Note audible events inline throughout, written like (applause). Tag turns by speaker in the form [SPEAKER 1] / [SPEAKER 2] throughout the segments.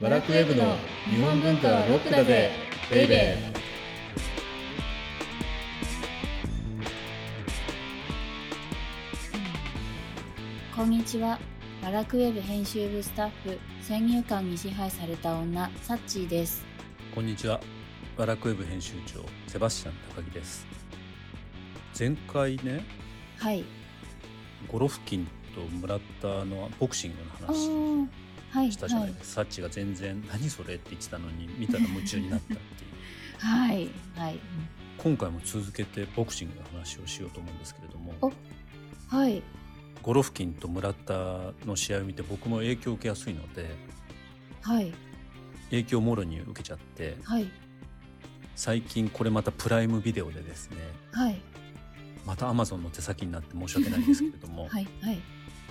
[SPEAKER 1] バラクウェブの日本文化はロックだぜベイベー
[SPEAKER 2] こんにちは。バラクウェブ編集部スタッフ、先入観に支配された女、サッチーです。
[SPEAKER 3] こんにちは。バラクウェブ編集長セバスチャン高木です。前回ね、
[SPEAKER 2] はい。
[SPEAKER 3] ゴロフキンと村田のボクシングの
[SPEAKER 2] あ
[SPEAKER 3] 話
[SPEAKER 2] ーはい、
[SPEAKER 3] したじゃ
[SPEAKER 2] は
[SPEAKER 3] ない
[SPEAKER 2] い
[SPEAKER 3] で。すか。サッチが全然何それって言ってたのに見たら夢中になったっていう。
[SPEAKER 2] はい。はい。
[SPEAKER 3] 今回も続けてボクシングの話をしようと思うんですけれども、
[SPEAKER 2] おはい。
[SPEAKER 3] ゴロフキンと村田の試合を見て僕も影響を受けやすいので、
[SPEAKER 2] はい。
[SPEAKER 3] 影響をもろに受けちゃって、
[SPEAKER 2] はい。
[SPEAKER 3] 最近これまたプライムビデオでですね、
[SPEAKER 2] はい。
[SPEAKER 3] またアマゾンの手先になって申し訳ないんですけれど
[SPEAKER 2] は
[SPEAKER 3] も、
[SPEAKER 2] い。はい。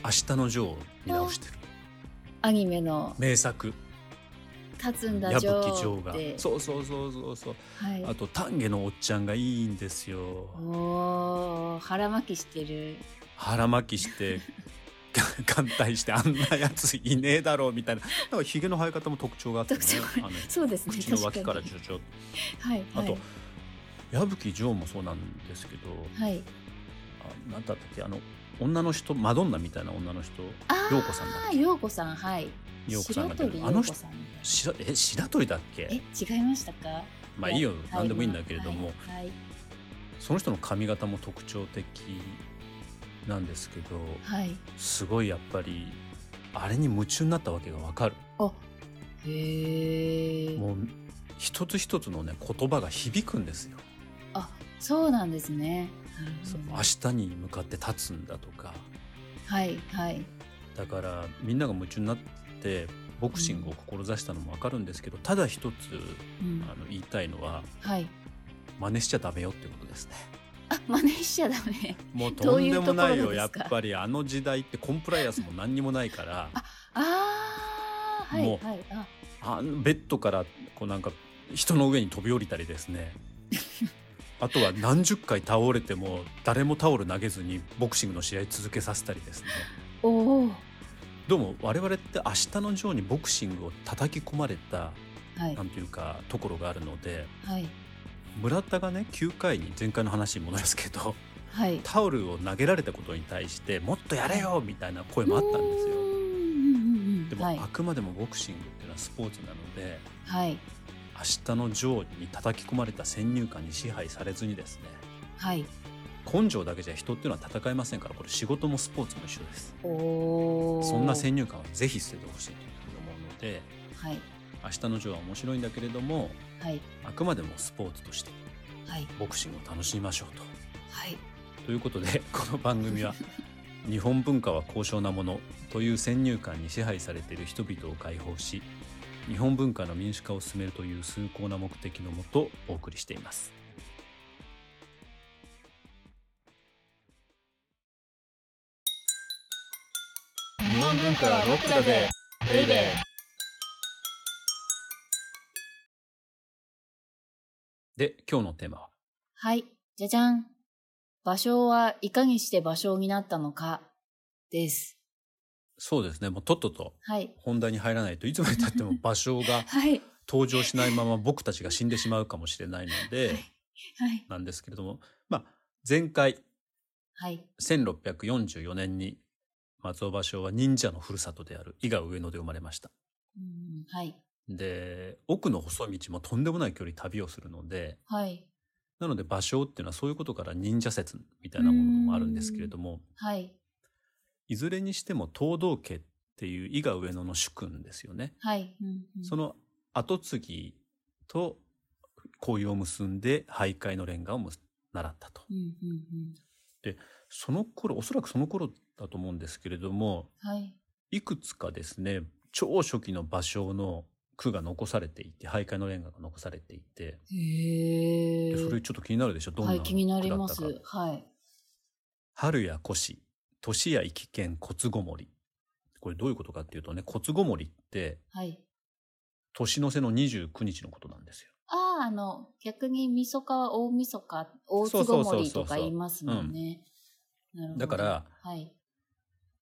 [SPEAKER 3] 明日のジョーを見直してる
[SPEAKER 2] アニメの、
[SPEAKER 3] 名作
[SPEAKER 2] 勝つんだ
[SPEAKER 3] 矢吹
[SPEAKER 2] ジョ
[SPEAKER 3] ジョ
[SPEAKER 2] ー
[SPEAKER 3] ー
[SPEAKER 2] っ
[SPEAKER 3] が
[SPEAKER 2] て。
[SPEAKER 3] そうそうそうそうそう
[SPEAKER 2] はい。
[SPEAKER 3] あと丹下のおっちゃんがいいんですよ
[SPEAKER 2] おー、腹巻きしてる。
[SPEAKER 3] 腹巻きして
[SPEAKER 2] (laughs)
[SPEAKER 3] 眼帯してあんなやついねえだろうみたいななんかひげの生え方も特徴があって、ね
[SPEAKER 2] 特徴が、(laughs)
[SPEAKER 3] あの
[SPEAKER 2] そうですね。
[SPEAKER 3] 口の脇
[SPEAKER 2] 確
[SPEAKER 3] から
[SPEAKER 2] に
[SPEAKER 3] ちょちょ
[SPEAKER 2] はい。
[SPEAKER 3] あと、
[SPEAKER 2] はい
[SPEAKER 3] 矢吹ジョーもそうなんですけど
[SPEAKER 2] はい。
[SPEAKER 3] あなんだったっけあの女の人マドンナみたいな女の人
[SPEAKER 2] あ
[SPEAKER 3] 陽子さんだっ
[SPEAKER 2] あ、
[SPEAKER 3] け
[SPEAKER 2] ようこさん、はい。
[SPEAKER 3] 陽子さんが
[SPEAKER 2] 白
[SPEAKER 3] 出
[SPEAKER 2] 鳥
[SPEAKER 3] る
[SPEAKER 2] よ
[SPEAKER 3] あ
[SPEAKER 2] う
[SPEAKER 3] の
[SPEAKER 2] こ
[SPEAKER 3] 人
[SPEAKER 2] さん。
[SPEAKER 3] しらえ白鳥だっけ
[SPEAKER 2] え、違いましたか。
[SPEAKER 3] まあいいよ
[SPEAKER 2] は
[SPEAKER 3] 何でもいいんだけれども、
[SPEAKER 2] はい。はい
[SPEAKER 3] その人の髪型も特徴的なんですけど
[SPEAKER 2] はい。
[SPEAKER 3] すごいやっぱりあれに夢中になったわけがわかる
[SPEAKER 2] へえ。
[SPEAKER 3] もう一つ一つのね言葉が響くんですよ、
[SPEAKER 2] あ、そうなんですね。なるほど
[SPEAKER 3] そう明日に向かって立つんだとか
[SPEAKER 2] はいはい
[SPEAKER 3] だからみんなが夢中になってボクシングを志したのもわかるんですけどただ一つ
[SPEAKER 2] うん
[SPEAKER 3] あの言いたいのは
[SPEAKER 2] はい。
[SPEAKER 3] 真似しちゃダメよってことですね
[SPEAKER 2] あ、真似しちゃダメ。 (laughs)
[SPEAKER 3] もう
[SPEAKER 2] ど
[SPEAKER 3] と
[SPEAKER 2] ういう
[SPEAKER 3] んで
[SPEAKER 2] ところ
[SPEAKER 3] もないよ
[SPEAKER 2] で
[SPEAKER 3] や
[SPEAKER 2] す
[SPEAKER 3] っ
[SPEAKER 2] か
[SPEAKER 3] ぱりあの時代ってコンプライアンスも何にもないから
[SPEAKER 2] ああ、は
[SPEAKER 3] も
[SPEAKER 2] いうはい。あ、
[SPEAKER 3] あのベッドからこうなんか人の上に飛び降りたりで
[SPEAKER 2] (laughs)
[SPEAKER 3] すねあとは何十回倒れても誰もタオル投げずにボクシングの試合続けさせたりですね
[SPEAKER 2] おお。
[SPEAKER 3] どうも我々って明日のジョーにボクシングを叩き込まれた
[SPEAKER 2] はい
[SPEAKER 3] なんというかところがあるので
[SPEAKER 2] はい
[SPEAKER 3] 村田がね9回に前回の話に戻りますけど
[SPEAKER 2] はい。
[SPEAKER 3] タオルを投げられたことに対してもっとやれよみたいな声もあったんです
[SPEAKER 2] うーんう
[SPEAKER 3] よ。
[SPEAKER 2] んうん
[SPEAKER 3] で
[SPEAKER 2] うん。
[SPEAKER 3] も
[SPEAKER 2] はい
[SPEAKER 3] あくまでもボクシングっていうのはスポーツなので
[SPEAKER 2] はい
[SPEAKER 3] 明日のジョーに叩き込まれた先入観に支配されずにですね
[SPEAKER 2] はい。
[SPEAKER 3] 根性だけじゃ人っていうのは戦えませんからこれ仕事もスポーツも一緒です
[SPEAKER 2] おお。
[SPEAKER 3] そんな先入観はぜひ捨ててほしいというふうに思うので
[SPEAKER 2] はい
[SPEAKER 3] 明日のジョーは面白いんだけれども
[SPEAKER 2] はい
[SPEAKER 3] あくまでもスポーツとして
[SPEAKER 2] はい
[SPEAKER 3] ボクシングを楽しみましょう
[SPEAKER 2] はい。
[SPEAKER 3] と。ということで (laughs) この番組は日本文化は高尚なものという先入観に支配されている人々を解放し日本文化の民主化を進めるという崇高な目的のもとお送りしています。
[SPEAKER 1] 日本文化はロックだぜベイベー
[SPEAKER 3] で今日のテーマは
[SPEAKER 2] はい、じゃじゃん。芭蕉はいかにして芭蕉になったのか、です。
[SPEAKER 3] そうですねもうとっとと
[SPEAKER 2] はい。
[SPEAKER 3] 本題に入らないといつまでたって (laughs) も場所が
[SPEAKER 2] はい。
[SPEAKER 3] 登場しないまま僕たちが死んでしまうかもしれないので
[SPEAKER 2] はい。
[SPEAKER 3] なんですけれどもまあ前回
[SPEAKER 2] はい。
[SPEAKER 3] 1644年に松尾芭蕉は忍者のふるさとである伊賀上野で生まれました。
[SPEAKER 2] うんはい。
[SPEAKER 3] で奥の細道もとんでもない距離旅をするので
[SPEAKER 2] はい。
[SPEAKER 3] なので芭蕉っていうのはそういうことから忍者説みたいなものもあるんですけれども
[SPEAKER 2] はい。
[SPEAKER 3] いずれにしても東道家っていう伊賀上野の主君ですよね。
[SPEAKER 2] はい。うんうん
[SPEAKER 3] その跡継ぎと交友を結んで徘徊のレンガをむ習ったと。
[SPEAKER 2] うんうんうん
[SPEAKER 3] その頃おそらくその頃だと思うんですけれども
[SPEAKER 2] はい。
[SPEAKER 3] いくつかですね、超初期の芭蕉の句が残されていて、徘徊のレンガが残されていて、
[SPEAKER 2] へ
[SPEAKER 3] で
[SPEAKER 2] え。
[SPEAKER 3] それちょっと気になるでしょどんな
[SPEAKER 2] はい、
[SPEAKER 3] 句
[SPEAKER 2] 気になり
[SPEAKER 3] だ
[SPEAKER 2] ま
[SPEAKER 3] った
[SPEAKER 2] す
[SPEAKER 3] か。。
[SPEAKER 2] はい。
[SPEAKER 3] 春や腰、年や生き剣、こつごもり。これどういうことかっていうとね、こつごもりって、
[SPEAKER 2] はい。
[SPEAKER 3] 年の瀬の29日のことなんですよ。
[SPEAKER 2] ああ、あの、逆にみそかは大みそか、大
[SPEAKER 3] そう
[SPEAKER 2] つ
[SPEAKER 3] そ
[SPEAKER 2] ご
[SPEAKER 3] うそ
[SPEAKER 2] も
[SPEAKER 3] うそう
[SPEAKER 2] りとか言いますもんね。なるほど。
[SPEAKER 3] だから
[SPEAKER 2] はい。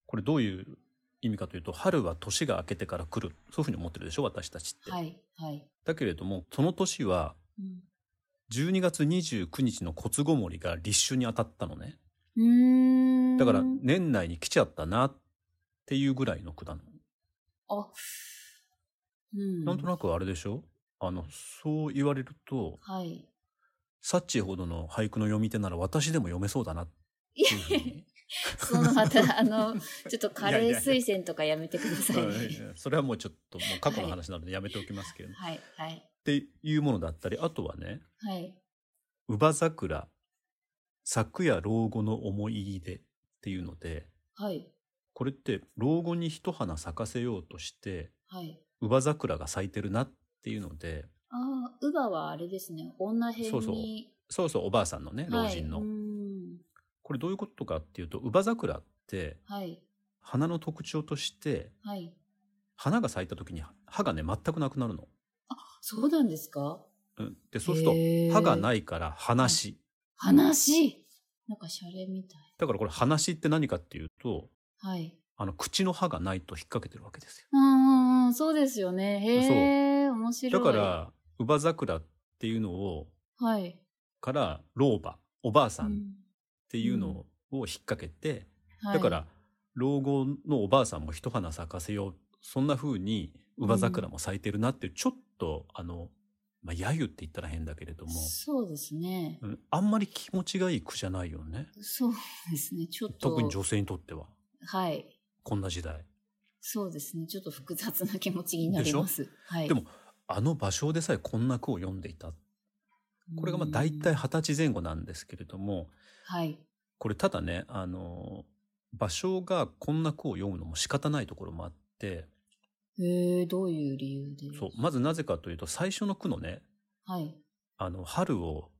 [SPEAKER 3] これどういう意味かというと春は年が明けてから来るそういうふうに思ってるでしょ私たちって、
[SPEAKER 2] はいはい、
[SPEAKER 3] だけれどもその年は12月29日の骨ごもりが立春に当たったのね
[SPEAKER 2] うん、うーん
[SPEAKER 3] だから年内に来ちゃったなっていうぐらいの句なの、
[SPEAKER 2] あ、うん、
[SPEAKER 3] なんとなくあれでしょあのそう言われると
[SPEAKER 2] はい
[SPEAKER 3] サッチーほどの俳句の読み手なら私でも読めそうだなっていうふうに
[SPEAKER 2] そのまたあのちょっとカ
[SPEAKER 3] いやい
[SPEAKER 2] レー
[SPEAKER 3] やいや
[SPEAKER 2] 推薦とかやめてください
[SPEAKER 3] うんいやそれはもうちょっともう過去の話なのでやめておきますけれども、
[SPEAKER 2] はいはい
[SPEAKER 3] っていうものだったりあとはね
[SPEAKER 2] はい
[SPEAKER 3] 「乳母桜昨夜老後の思い出」っていうので
[SPEAKER 2] はい
[SPEAKER 3] これって老後に一花咲かせようとして
[SPEAKER 2] はい
[SPEAKER 3] 乳母桜が咲いてるなっていうので
[SPEAKER 2] ああ、ウバはあれですね。女編に。
[SPEAKER 3] そうそうそうそうおばあさんのね老人の、
[SPEAKER 2] はい。うーん
[SPEAKER 3] これどういうことかっていうと乳母桜って
[SPEAKER 2] はい。
[SPEAKER 3] 花の特徴として
[SPEAKER 2] はい。
[SPEAKER 3] 花が咲いた時に歯がね全くなくなるの。
[SPEAKER 2] そうなんですか。
[SPEAKER 3] うん、でそうすると歯がないいから話し、
[SPEAKER 2] 話なんかシャレみたい。
[SPEAKER 3] だからこれ話って何かっていうと
[SPEAKER 2] はい。
[SPEAKER 3] あの口の歯がないと引っ掛けてるわけです
[SPEAKER 2] うんうんうん、そうですよね。へえ、面白
[SPEAKER 3] よだ
[SPEAKER 2] い。
[SPEAKER 3] から乳母桜っていうのを
[SPEAKER 2] ら、はい。
[SPEAKER 3] から老婆おばあさんっ
[SPEAKER 2] うん
[SPEAKER 3] ていうのを引っ掛けて、
[SPEAKER 2] はい
[SPEAKER 3] だから老後のおばあさんも一花咲かせようそんな風に乳母桜も咲いてるなっていうちょっとあの、まあ、揶揄って言ったら変だけれども、
[SPEAKER 2] そうですね。
[SPEAKER 3] うんあんまり気持ちがいい句じゃないよね
[SPEAKER 2] そうですね。ちょっと。
[SPEAKER 3] 特に女性にとっては
[SPEAKER 2] はい。
[SPEAKER 3] こんな時代
[SPEAKER 2] そうですね。ちょっと複雑な気持ちになります。はい。
[SPEAKER 3] でもあの芭蕉でさえこんな句を読んでいたこれがまあ大体
[SPEAKER 2] うん
[SPEAKER 3] 二十歳前後なんですけれども
[SPEAKER 2] はい。
[SPEAKER 3] これただねあの芭蕉がこんな句を読むのも仕方ないところもあって
[SPEAKER 2] へえ、どういう理由で
[SPEAKER 3] そうまずなぜかというと最初の句のね
[SPEAKER 2] はい。
[SPEAKER 3] あの春を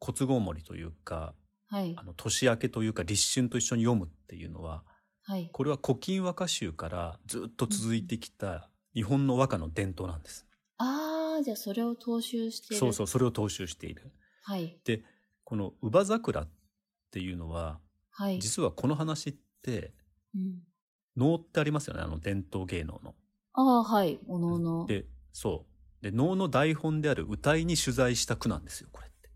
[SPEAKER 3] 骨ごもりというか
[SPEAKER 2] はい
[SPEAKER 3] あ。の年明けというか立春と一緒に読むっていうのは
[SPEAKER 2] はい。
[SPEAKER 3] これは古今和歌集からずっと続いてきた日本の和歌の伝統なんです。
[SPEAKER 2] ああ、じゃあそれを踏襲してる。
[SPEAKER 3] そうそうそれを踏襲している。
[SPEAKER 2] はい。
[SPEAKER 3] この「乳母桜」っていうのは
[SPEAKER 2] はい。
[SPEAKER 3] 実はこの話って
[SPEAKER 2] うん、
[SPEAKER 3] 能ってありますよねあの伝統芸能の。
[SPEAKER 2] ああ、はい。おのおの。
[SPEAKER 3] でそうで能の台本である歌いに取材した句なんですよこれって。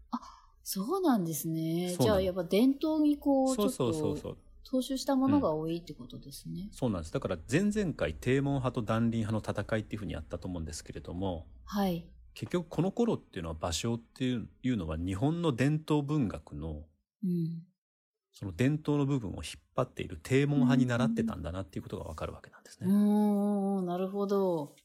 [SPEAKER 2] そうなんですね。
[SPEAKER 3] そう
[SPEAKER 2] じ
[SPEAKER 3] な
[SPEAKER 2] ゃ
[SPEAKER 3] の
[SPEAKER 2] あ、やっぱ伝統にこう、ち
[SPEAKER 3] そ
[SPEAKER 2] ょ
[SPEAKER 3] う
[SPEAKER 2] っ
[SPEAKER 3] そうそう
[SPEAKER 2] と
[SPEAKER 3] そう
[SPEAKER 2] 踏襲したものが多いってことですね。
[SPEAKER 3] そうなんですだから前々回帝門派と断輪派の戦いっていうふうにやったと思うんですけれども
[SPEAKER 2] はい。
[SPEAKER 3] 結局この頃っていうのは芭蕉っていうのは日本の伝統文学の
[SPEAKER 2] うん。
[SPEAKER 3] その伝統の部分を引っ張っている帝門派に習ってたんだなっていうことがわかるわけなんです
[SPEAKER 2] う
[SPEAKER 3] ね。
[SPEAKER 2] ーん、なるほど。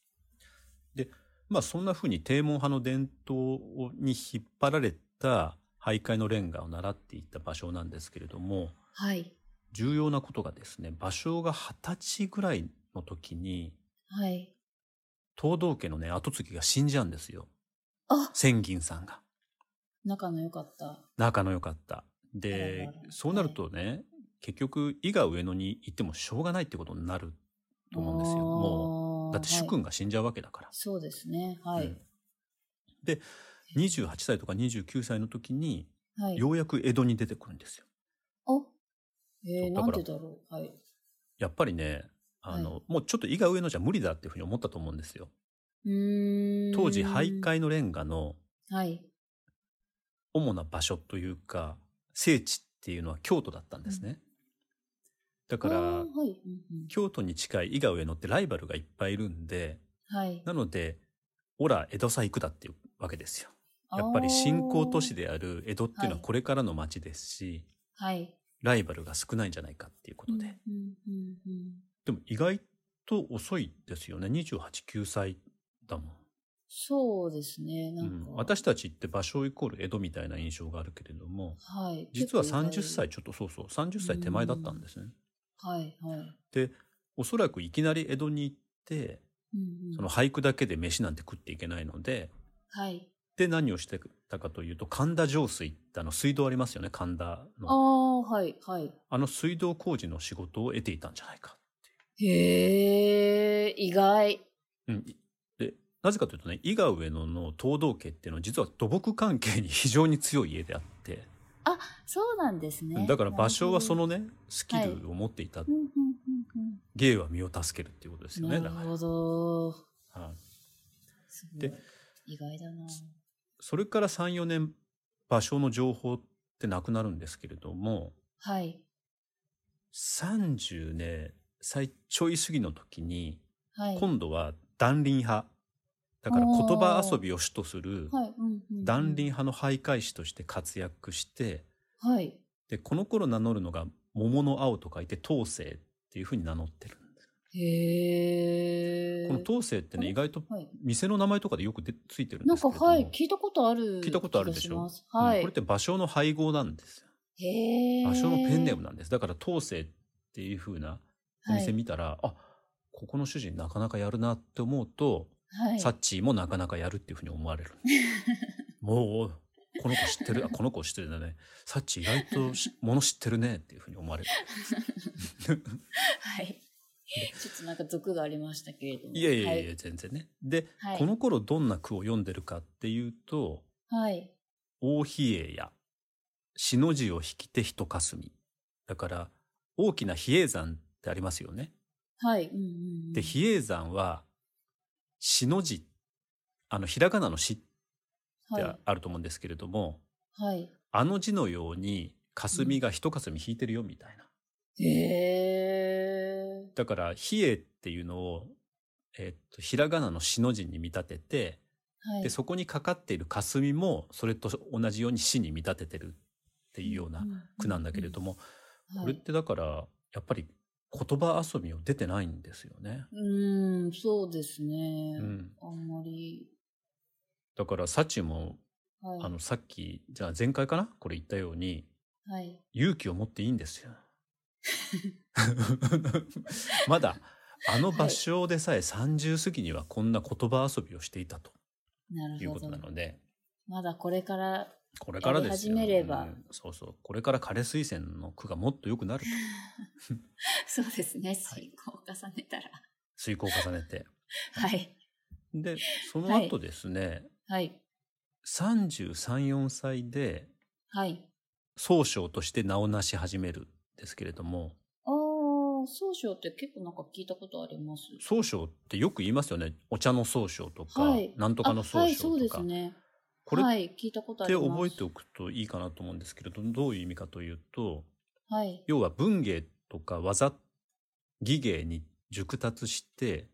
[SPEAKER 3] まあそんな風に帝門派の伝統に引っ張られた徘徊のレンガを習っていった芭蕉なんですけれども
[SPEAKER 2] はい。
[SPEAKER 3] 重要なことがですね芭蕉が二十歳ぐらいの時に
[SPEAKER 2] はい。
[SPEAKER 3] 藤堂家のね跡継ぎが死んじゃうんですよ
[SPEAKER 2] あ
[SPEAKER 3] 千銀さんが
[SPEAKER 2] 仲の良かった。
[SPEAKER 3] 仲の良かった
[SPEAKER 2] あら
[SPEAKER 3] で
[SPEAKER 2] らら
[SPEAKER 3] そうなるとね、結局伊賀上野に行ってもしょうがないってことになると思うんですよもう
[SPEAKER 2] も
[SPEAKER 3] だって主君が死んじゃうわけだから、
[SPEAKER 2] そうですね。はい。
[SPEAKER 3] うんで28歳とか29歳の時に
[SPEAKER 2] はい。
[SPEAKER 3] ようやく江戸に出てくるんですよ。
[SPEAKER 2] おえ
[SPEAKER 3] そう
[SPEAKER 2] ー、な
[SPEAKER 3] だか
[SPEAKER 2] ん
[SPEAKER 3] ら
[SPEAKER 2] でだろう。はい。
[SPEAKER 3] やっぱりねあの、もうちょっと伊賀上野じゃ無理だっていうふうに思ったと思うんですよ。
[SPEAKER 2] うーん。
[SPEAKER 3] 当時徘。徊のレンガの
[SPEAKER 2] はい。
[SPEAKER 3] 主な場所というか聖地っていうのは京都だったんですね。だか
[SPEAKER 2] あ
[SPEAKER 3] ら
[SPEAKER 2] ーはい。うんうん
[SPEAKER 3] 京都に近い伊賀上野ってライバルがいっぱいいるんで
[SPEAKER 2] はい。
[SPEAKER 3] なので「オラ江戸さ行くだ」っていうわけですよ。やっぱり新興都市である江戸っていうのは
[SPEAKER 2] はい
[SPEAKER 3] これからの町ですし、
[SPEAKER 2] あー。はい。
[SPEAKER 3] ライバルが少ないんじゃないかっていうことで。
[SPEAKER 2] うんうんうん、
[SPEAKER 3] でも意外と遅いですよね28、9歳だもん。
[SPEAKER 2] そうですね。な
[SPEAKER 3] うん
[SPEAKER 2] か、
[SPEAKER 3] ん、私たちって場所イコール江戸みたいな印象があるけれども
[SPEAKER 2] はい、
[SPEAKER 3] 実は
[SPEAKER 2] 結構意外
[SPEAKER 3] 30歳。ちょっとそうそう30歳手前だったんですね。
[SPEAKER 2] はいはい。
[SPEAKER 3] でおそらくいきなり江戸に行って
[SPEAKER 2] うんうん、
[SPEAKER 3] その俳句だけで飯なんて食っていけないので
[SPEAKER 2] はい。
[SPEAKER 3] で何をしてたかというと神田上水ってあの水道ありますよね神田
[SPEAKER 2] あ
[SPEAKER 3] の
[SPEAKER 2] あ、はいはい。
[SPEAKER 3] あの水道工事の仕事を得ていたんじゃないか。
[SPEAKER 2] へえ、意外。
[SPEAKER 3] うん、でなぜかというとね伊賀上野の東道家っていうのは実は土木関係に非常に強い家であって
[SPEAKER 2] そうなんですね。
[SPEAKER 3] だから場所はそ
[SPEAKER 2] なる
[SPEAKER 3] のねスキルを持っていた、
[SPEAKER 2] ほど。うんうんうんうん
[SPEAKER 3] 芸は身を助けるっていうことですよね
[SPEAKER 2] な
[SPEAKER 3] だ
[SPEAKER 2] る
[SPEAKER 3] か
[SPEAKER 2] ほど。
[SPEAKER 3] ら、はい、
[SPEAKER 2] すごい
[SPEAKER 3] で
[SPEAKER 2] 意外だな。
[SPEAKER 3] それから34年場所の情報ってなくなるんですけれども
[SPEAKER 2] はい。
[SPEAKER 3] 30ね最ちょい過ぎの時に
[SPEAKER 2] はい。
[SPEAKER 3] 今度は断輪派だから言
[SPEAKER 2] おー
[SPEAKER 3] 葉遊びを主とする
[SPEAKER 2] はい。うんうんうん
[SPEAKER 3] 断輪。派の徘徊師として活躍して
[SPEAKER 2] はい。
[SPEAKER 3] でこの頃名乗るのが桃の青と書いて東星っていうふうに名乗ってるんです
[SPEAKER 2] へえ。
[SPEAKER 3] この東星ってね
[SPEAKER 2] あれ
[SPEAKER 3] 意外と
[SPEAKER 2] はい。
[SPEAKER 3] 店の名前とかでよくでついてるん
[SPEAKER 2] な
[SPEAKER 3] で
[SPEAKER 2] ん
[SPEAKER 3] すけ
[SPEAKER 2] か、
[SPEAKER 3] れども
[SPEAKER 2] はい、聞いたことある。
[SPEAKER 3] 聞いたことあるでしょ
[SPEAKER 2] 気がますは
[SPEAKER 3] うん
[SPEAKER 2] い。
[SPEAKER 3] これって芭蕉の配合なんですよ
[SPEAKER 2] へえ。
[SPEAKER 3] 芭蕉のペンネームなんですだから東星っていうふうなお店見たら、あここの主人なかなかやるなって思うと、
[SPEAKER 2] はい。
[SPEAKER 3] サ
[SPEAKER 2] は
[SPEAKER 3] ッチーもなかなかやるっていうふうに思
[SPEAKER 2] (laughs)
[SPEAKER 3] われるもうこの子知ってるあこの子知ってるんだねサッチー意外としもの知ってるねっていうふうに思われる
[SPEAKER 2] い。ちょっとなんか毒がありましたけれども。
[SPEAKER 3] いやいやいや、
[SPEAKER 2] や。
[SPEAKER 3] 全然ねで、
[SPEAKER 2] はい
[SPEAKER 3] この頃どんな句を読んでるかっていうと
[SPEAKER 2] はい。
[SPEAKER 3] 「大比叡やしの字を引きてひとかすみ」だから大きな比叡山ってありますよね
[SPEAKER 2] はい。うんうんうん。
[SPEAKER 3] で、比叡山は、しの字、あの、ひらがなのしっ
[SPEAKER 2] は
[SPEAKER 3] て
[SPEAKER 2] い。
[SPEAKER 3] ああると思うんですけれども、
[SPEAKER 2] はい。
[SPEAKER 3] あの字のように、霞が一霞引いてるよみたいな。
[SPEAKER 2] へえ。
[SPEAKER 3] だから、比叡っていうのを、えっと、ひらがなのしの字に見立てて、
[SPEAKER 2] はい。
[SPEAKER 3] で、そこにかかっている霞も、それと同じようにしに見立ててるって
[SPEAKER 2] う
[SPEAKER 3] いうような句なんだけれど
[SPEAKER 2] も。
[SPEAKER 3] も、
[SPEAKER 2] は
[SPEAKER 3] これっ
[SPEAKER 2] い
[SPEAKER 3] てだから、やっぱり言葉遊びを出てないんですよね。
[SPEAKER 2] うーん、そうですね。
[SPEAKER 3] うん
[SPEAKER 2] あんまり。
[SPEAKER 3] だから、幸も
[SPEAKER 2] はい。
[SPEAKER 3] あの、さっき、じゃあ前回かなこれ言ったように、
[SPEAKER 2] はい。
[SPEAKER 3] 勇気を持っていいんです
[SPEAKER 2] (laughs)
[SPEAKER 3] よ。まだ、あの場所でさえ30過ぎにはこんな言葉遊びをしていたと
[SPEAKER 2] なる
[SPEAKER 3] いう
[SPEAKER 2] ほ
[SPEAKER 3] こと
[SPEAKER 2] ど
[SPEAKER 3] な。ので、
[SPEAKER 2] まだこれから。
[SPEAKER 3] これからですよ。
[SPEAKER 2] やり始めれば
[SPEAKER 3] うんそうそう。これから枯れ推薦の句がもっと良く
[SPEAKER 2] (laughs)
[SPEAKER 3] なると。
[SPEAKER 2] そうですね。遂行を重ねたら。
[SPEAKER 3] 遂行を重ねて。
[SPEAKER 2] はい。
[SPEAKER 3] で、その後ですね、
[SPEAKER 2] はい。
[SPEAKER 3] 33、4歳で
[SPEAKER 2] はい。
[SPEAKER 3] 総称として名を成し始めるんですけれども、
[SPEAKER 2] ああ、総称って結構なんか聞いたことあります。
[SPEAKER 3] 総称ってよく言いますよねお茶の総称とか、
[SPEAKER 2] はい
[SPEAKER 3] なんとかの
[SPEAKER 2] あ
[SPEAKER 3] 総
[SPEAKER 2] はい、そ
[SPEAKER 3] 称
[SPEAKER 2] うで
[SPEAKER 3] とか、
[SPEAKER 2] すね。
[SPEAKER 3] これっ
[SPEAKER 2] はい、聞いたことあ
[SPEAKER 3] て
[SPEAKER 2] ります。
[SPEAKER 3] 覚えておくといいかなと思うんですけれどどういう意味かというと
[SPEAKER 2] はい。
[SPEAKER 3] 要は文芸とか技技芸に熟達して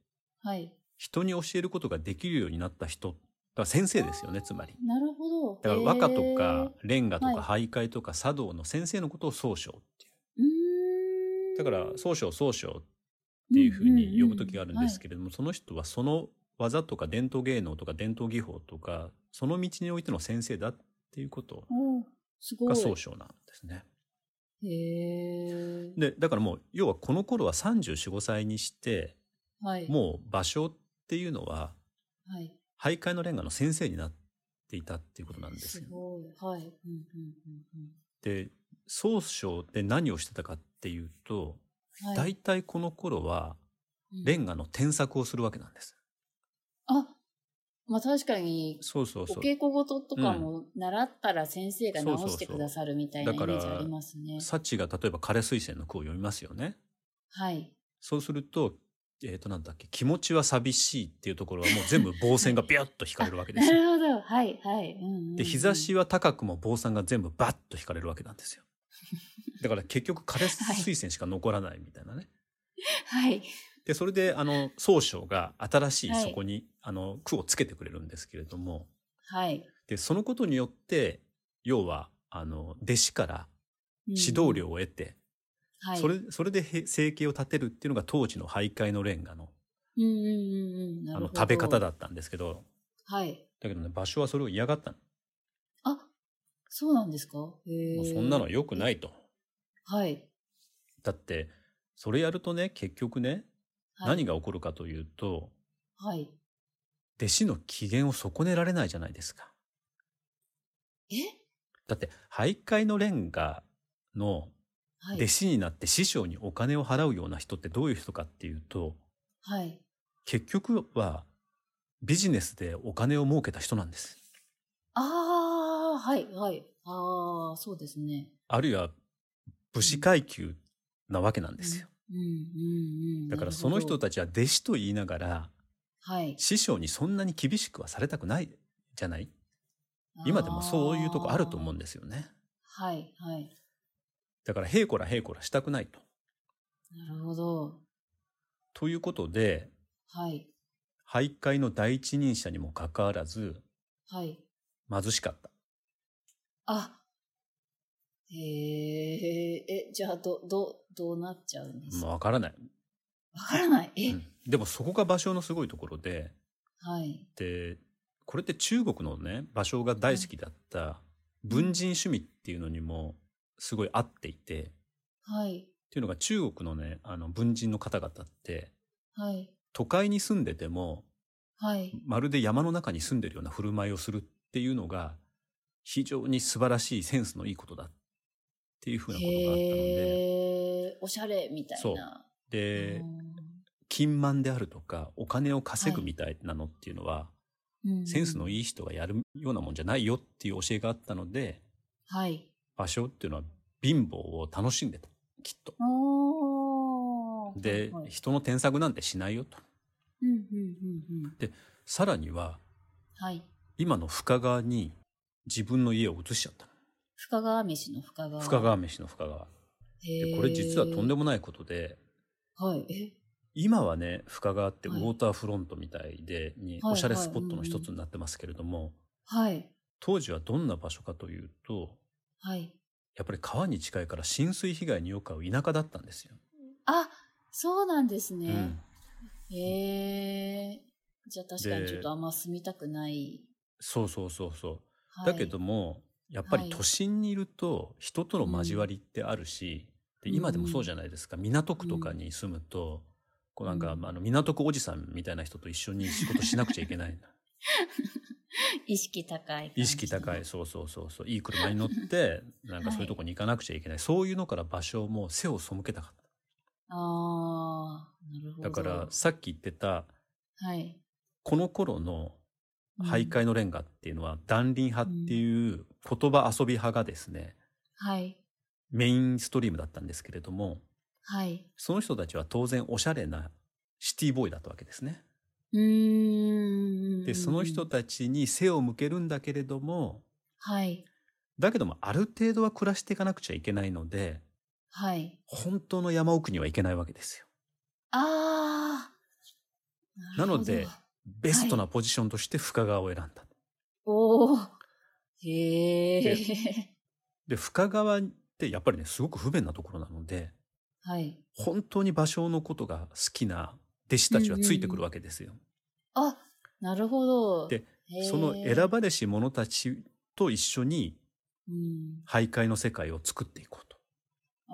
[SPEAKER 2] はい。
[SPEAKER 3] 人に教えることができるようになった人が先生ですよねつまり。
[SPEAKER 2] なるほど。
[SPEAKER 3] だから和歌とかレンガとか
[SPEAKER 2] は
[SPEAKER 3] 俳諧とか茶道の先生のことを総称って
[SPEAKER 2] へー。う
[SPEAKER 3] いう
[SPEAKER 2] ーん。
[SPEAKER 3] だから総称総称っていうふうに呼ぶ時があるんです
[SPEAKER 2] け
[SPEAKER 3] けれども、その人はその技とか伝統芸能とか伝統技法とかその道においての先生だっていうこと
[SPEAKER 2] ど。おーすご
[SPEAKER 3] が
[SPEAKER 2] い。
[SPEAKER 3] 総称なんですね。
[SPEAKER 2] へえ。
[SPEAKER 3] でだからもう要はこの頃は345歳にして
[SPEAKER 2] はい。
[SPEAKER 3] もう芭蕉っていうのは
[SPEAKER 2] はい。
[SPEAKER 3] 徘徊のレンガの先生になっていたっていうことなんです
[SPEAKER 2] す
[SPEAKER 3] よ。
[SPEAKER 2] ごい。はい。うんうんうん
[SPEAKER 3] で総称で何をしてたかっていうと、
[SPEAKER 2] うん。はい。
[SPEAKER 3] 大体この頃はレ
[SPEAKER 2] うん
[SPEAKER 3] ンガの添削をするわけなんです。
[SPEAKER 2] あ、まあ確かに、
[SPEAKER 3] そうそう
[SPEAKER 2] お
[SPEAKER 3] そう。
[SPEAKER 2] 稽古事とかも習ったら先生が直してくださるみたいなイメ
[SPEAKER 3] そうそうそう
[SPEAKER 2] ージありますね。
[SPEAKER 3] サチが例えば枯れ水仙の句を読みますよね。
[SPEAKER 2] はい。
[SPEAKER 3] そうすると、えっ、となんだっけ、気持ちは寂しいっていうところはもう全部棒線がビャッと引かれるわけで
[SPEAKER 2] な
[SPEAKER 3] すよ。
[SPEAKER 2] るほど。はい、はい。うんうんうん
[SPEAKER 3] で、日差しは高くも棒線が全部バッと引かれるわけなんです
[SPEAKER 2] (laughs)
[SPEAKER 3] よ。だから結局枯れ水仙しか残らないみたいなね。
[SPEAKER 2] はい。
[SPEAKER 3] で、それであの、総称が新しい
[SPEAKER 2] はい
[SPEAKER 3] そこに、あの、句をつけてくれるんですけれども、
[SPEAKER 2] はい。
[SPEAKER 3] で、そのことによって、要は、あの、弟子から
[SPEAKER 2] うん
[SPEAKER 3] 指導料を得て、
[SPEAKER 2] はい。
[SPEAKER 3] それ、それでへ生計を立てるっていうのが当時の徘徊のレンガの
[SPEAKER 2] うんうんうんうん。な
[SPEAKER 3] あ
[SPEAKER 2] る
[SPEAKER 3] の
[SPEAKER 2] ほど
[SPEAKER 3] 食べ方。だったんですけど、
[SPEAKER 2] はい。
[SPEAKER 3] だけどね、場所はそれを嫌がったの。
[SPEAKER 2] あ、そうなんですかへえ
[SPEAKER 3] もうそんなのは良くないと。
[SPEAKER 2] はい。
[SPEAKER 3] だって、それやるとね、結局ね、
[SPEAKER 2] はい
[SPEAKER 3] 何が起こるかというと、
[SPEAKER 2] はい。
[SPEAKER 3] 弟子の機嫌を損ねられないじゃないですか。
[SPEAKER 2] え
[SPEAKER 3] だって、徘徊のレンガの
[SPEAKER 2] はい。
[SPEAKER 3] 弟子になって師匠にお金を払うような人ってどういう人かっていうと、
[SPEAKER 2] はい。
[SPEAKER 3] 結局はビジネスでお金を儲けた人なんです。
[SPEAKER 2] ああ、はい、はい。ああ、そうですね。
[SPEAKER 3] あるいは武士階級なわけなんですよ。
[SPEAKER 2] うんうんうん。
[SPEAKER 3] だからその人
[SPEAKER 2] た
[SPEAKER 3] たちは弟子と言いながら
[SPEAKER 2] はい。
[SPEAKER 3] 師匠にそんなに厳しくはされたくないじゃない今でもそういうとこあると思うん
[SPEAKER 2] で
[SPEAKER 3] ですよね。
[SPEAKER 2] す。はいはい。
[SPEAKER 3] だからへいこらへいこらしたくないと。
[SPEAKER 2] なるほど。
[SPEAKER 3] ということで
[SPEAKER 2] はい
[SPEAKER 3] 徘徊の第一人者にもかかわらず
[SPEAKER 2] はい。
[SPEAKER 3] 貧しかった。
[SPEAKER 2] あへえ、え、じゃあど、ど、どうなっちゃうんです
[SPEAKER 3] ま
[SPEAKER 2] か
[SPEAKER 3] あ
[SPEAKER 2] わ、
[SPEAKER 3] わからない、
[SPEAKER 2] からない。え、
[SPEAKER 3] うんでもそこが芭蕉のすごいところで
[SPEAKER 2] はい。
[SPEAKER 3] でこれって中国のね芭蕉が大好きだった文人趣味っていうのにもすごい合っていてっ
[SPEAKER 2] はい。
[SPEAKER 3] ていうのが中国のねあの文人の方々って
[SPEAKER 2] はい。
[SPEAKER 3] 都会に住んでても
[SPEAKER 2] はい。
[SPEAKER 3] まるで山の中に住んでるような振る舞いをするっていうのが非常に素晴らしいセンスのいいことだっていうふうなことがあったので
[SPEAKER 2] へえ、おしゃれみたいな。
[SPEAKER 3] そうで金満であるとかお金を稼ぐみたいなのっていうのは、
[SPEAKER 2] うん
[SPEAKER 3] センスのいい人がやるようなもんじゃないよっていう教えがあったので
[SPEAKER 2] はい。
[SPEAKER 3] 芭蕉っていうのは貧乏を楽しんでたきっと。
[SPEAKER 2] おー
[SPEAKER 3] で、
[SPEAKER 2] はいはい
[SPEAKER 3] 人の添削なんてしないよと。
[SPEAKER 2] うんうんうんうん。
[SPEAKER 3] さらには
[SPEAKER 2] はい。
[SPEAKER 3] 今の深川に自分の家を移しちゃった
[SPEAKER 2] 深川飯の深
[SPEAKER 3] の
[SPEAKER 2] 川。
[SPEAKER 3] 深川飯の深川。で
[SPEAKER 2] へー。
[SPEAKER 3] これ実はとんでもないことで
[SPEAKER 2] はい。
[SPEAKER 3] 今はね深川ってウ
[SPEAKER 2] はい
[SPEAKER 3] ォーターフロントみたいでに
[SPEAKER 2] はい
[SPEAKER 3] おしゃれスポットの一つになってますけれども
[SPEAKER 2] えはい。
[SPEAKER 3] 当時はどんな場所かというと
[SPEAKER 2] はい。
[SPEAKER 3] やっぱり川に近いから浸水被害によく遭う田舎だったんですよ。
[SPEAKER 2] あ、そうなんです
[SPEAKER 3] う
[SPEAKER 2] ね
[SPEAKER 3] ん。
[SPEAKER 2] へえ。じゃあ確かに
[SPEAKER 3] で
[SPEAKER 2] ちょっとあんま住みたくない。
[SPEAKER 3] そうそうそうそう。
[SPEAKER 2] はい
[SPEAKER 3] だけどもやっぱ
[SPEAKER 2] は
[SPEAKER 3] り
[SPEAKER 2] い
[SPEAKER 3] 都心にいると人との交わりってあるし、
[SPEAKER 2] うん
[SPEAKER 3] で今でもそうじゃないですか港区とかに住むと、こうなんか、
[SPEAKER 2] うん
[SPEAKER 3] あの港区おじさんみたいな人と一緒に仕事しなくちゃい
[SPEAKER 2] (laughs)
[SPEAKER 3] けない
[SPEAKER 2] 意識高い。
[SPEAKER 3] 意識高い。そうそうそうそういい車に乗ってなんかそういうとこに行かなくちゃいけない、そういうのから場所も背を背けたかっ
[SPEAKER 2] ああ、なるほ
[SPEAKER 3] た
[SPEAKER 2] ど。
[SPEAKER 3] だから、さっき言ってた
[SPEAKER 2] はい。
[SPEAKER 3] この頃の
[SPEAKER 2] うん
[SPEAKER 3] 徘徊のレンガっていうのは、断輪派っていう言葉遊び派がですね、
[SPEAKER 2] はい。
[SPEAKER 3] メインストリームだったんですけれども、
[SPEAKER 2] はい。
[SPEAKER 3] その人たちは当然おしゃれなシティボーイだったわけですね。
[SPEAKER 2] うーん。
[SPEAKER 3] で、その人たちに背を向けるんだけれども、
[SPEAKER 2] はい。
[SPEAKER 3] だけどもある程度は暮らしていかなくちゃいけないので、
[SPEAKER 2] はい。
[SPEAKER 3] 本当の山奥には行けないわけですよ。
[SPEAKER 2] ああ。るほど
[SPEAKER 3] なので。ベストなポジションとして深川を選んだ。
[SPEAKER 2] おお。へえ。
[SPEAKER 3] で、深川ってやっぱりね、すごく不便なところなので、
[SPEAKER 2] (laughs) はい。
[SPEAKER 3] 本当に芭蕉のことが好きな弟子たちはついてくるわけですよ。
[SPEAKER 2] あ、なるほど。
[SPEAKER 3] で
[SPEAKER 2] へー、
[SPEAKER 3] その選ばれし者たちと一緒に
[SPEAKER 2] うん。
[SPEAKER 3] 徘徊の世界を作っていこうと。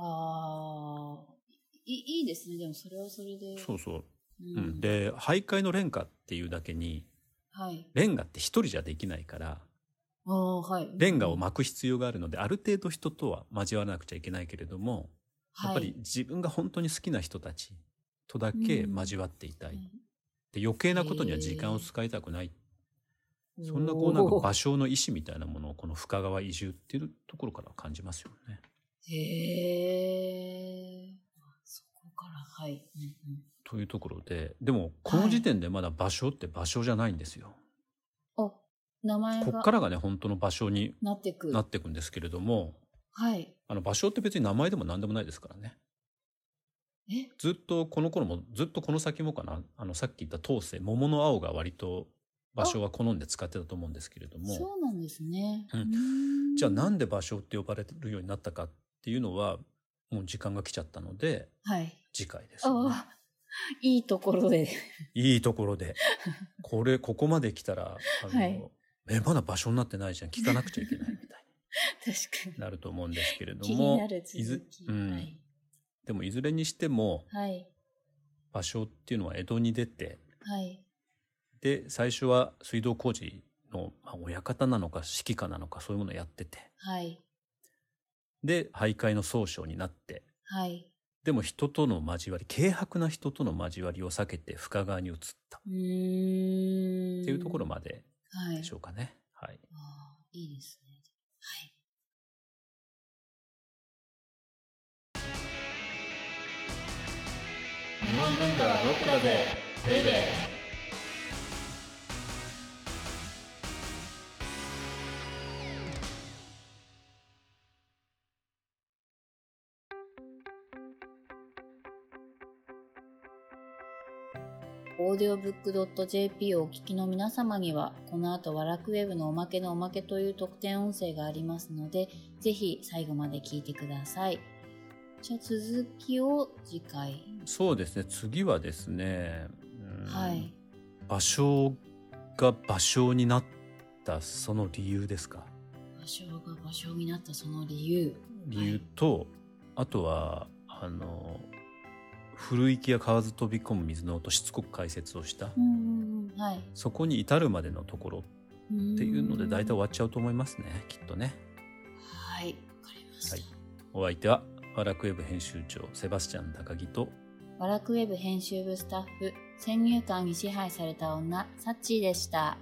[SPEAKER 2] ああ。いいいですね。でもそれはそれで。
[SPEAKER 3] そうそう。
[SPEAKER 2] う
[SPEAKER 3] うん、、で徘徊の廉価っていうだけに
[SPEAKER 2] はい。
[SPEAKER 3] レンガって一人じゃできないから
[SPEAKER 2] ああ、はい。
[SPEAKER 3] レンガを巻く必要があるのである程度人とは交わらなくちゃいけないけれどもやっぱり自分が本当に好きな人たちとだけ交わっていた、
[SPEAKER 2] はいい、
[SPEAKER 3] で余計なことには時間を使いたくない、
[SPEAKER 2] うん
[SPEAKER 3] そんなこうなんか
[SPEAKER 2] おー
[SPEAKER 3] 芭蕉の意志みたいなものをこの深川移住っていうところからは感じますよね。
[SPEAKER 2] へえ。そこから、はい。うんうん
[SPEAKER 3] というところででもこの時点でまだ芭蕉って芭蕉じゃないんですよ。
[SPEAKER 2] あ、名前
[SPEAKER 3] こっ
[SPEAKER 2] が
[SPEAKER 3] からがね本当の芭蕉に
[SPEAKER 2] なってく。
[SPEAKER 3] なっていくんですけれども。
[SPEAKER 2] はい。
[SPEAKER 3] あの場所って別に名前でも何でもないですからね。
[SPEAKER 2] え
[SPEAKER 3] ずっとこの頃もずっとこの先もかなあのさっき言った当世桃の青が割と場所は好んで使ってたと思うんですけれども
[SPEAKER 2] そうなんですね。
[SPEAKER 3] うん
[SPEAKER 2] ん
[SPEAKER 3] じゃあなんで場所って呼ばれるようになったかっていうのはもう時間が来ちゃったので
[SPEAKER 2] はい。
[SPEAKER 3] 次回です、
[SPEAKER 2] あ
[SPEAKER 3] ね。
[SPEAKER 2] あ、 (laughs) いいところで。
[SPEAKER 3] いいところでこれここまで来たらあの、
[SPEAKER 2] (laughs) はい
[SPEAKER 3] えまだ場所になってないじゃん聞かなくちゃいけないみたい
[SPEAKER 2] 確
[SPEAKER 3] になると思うんですけれ
[SPEAKER 2] かに。
[SPEAKER 3] ど
[SPEAKER 2] 気に
[SPEAKER 3] も
[SPEAKER 2] なる
[SPEAKER 3] いず
[SPEAKER 2] 続き。
[SPEAKER 3] うん
[SPEAKER 2] はい。
[SPEAKER 3] でもいずれにしても
[SPEAKER 2] はい。
[SPEAKER 3] 場所っていうのは江戸に出て
[SPEAKER 2] はい。
[SPEAKER 3] で最初は水道工事のまあ親方なのか指揮下なのかそういうものをやってて
[SPEAKER 2] はい。
[SPEAKER 3] で徘徊の総称になって
[SPEAKER 2] はい。
[SPEAKER 3] でも人との交わり軽薄な人との交わりを避けて深川に移ったっ
[SPEAKER 2] うーん。
[SPEAKER 3] ていうところまで
[SPEAKER 2] はい
[SPEAKER 3] でしょうかね。はい、
[SPEAKER 2] ああいいですね。はい。
[SPEAKER 1] 日本文化はロックだぜベイベー
[SPEAKER 2] オーディオブックドット JP をお聞きの皆様には、この後、ワラクウェブのおまけのおまけという特典音声がありますので、ぜひ最後まで聞いてください。じゃあ続きを次回。
[SPEAKER 3] そうですね次はですね、うん
[SPEAKER 2] はい。
[SPEAKER 3] 芭蕉が芭蕉になったその理由ですか
[SPEAKER 2] 場所が場所になったその理由。
[SPEAKER 3] 理由と、あとはあの古池や河津飛び込む水の音しつこく解説をした、
[SPEAKER 2] うんうんうん。はい。
[SPEAKER 3] そこに至るまでのところ
[SPEAKER 2] っ
[SPEAKER 3] っていうので大体終わっちゃうと思いますねきっとね
[SPEAKER 2] はい。わかりました。
[SPEAKER 3] はいお相手はワラクウェブ編集長セバスチャン高木と
[SPEAKER 2] ワラクウェブ編集部スタッフ、先入観に支配された女、サッチーでした。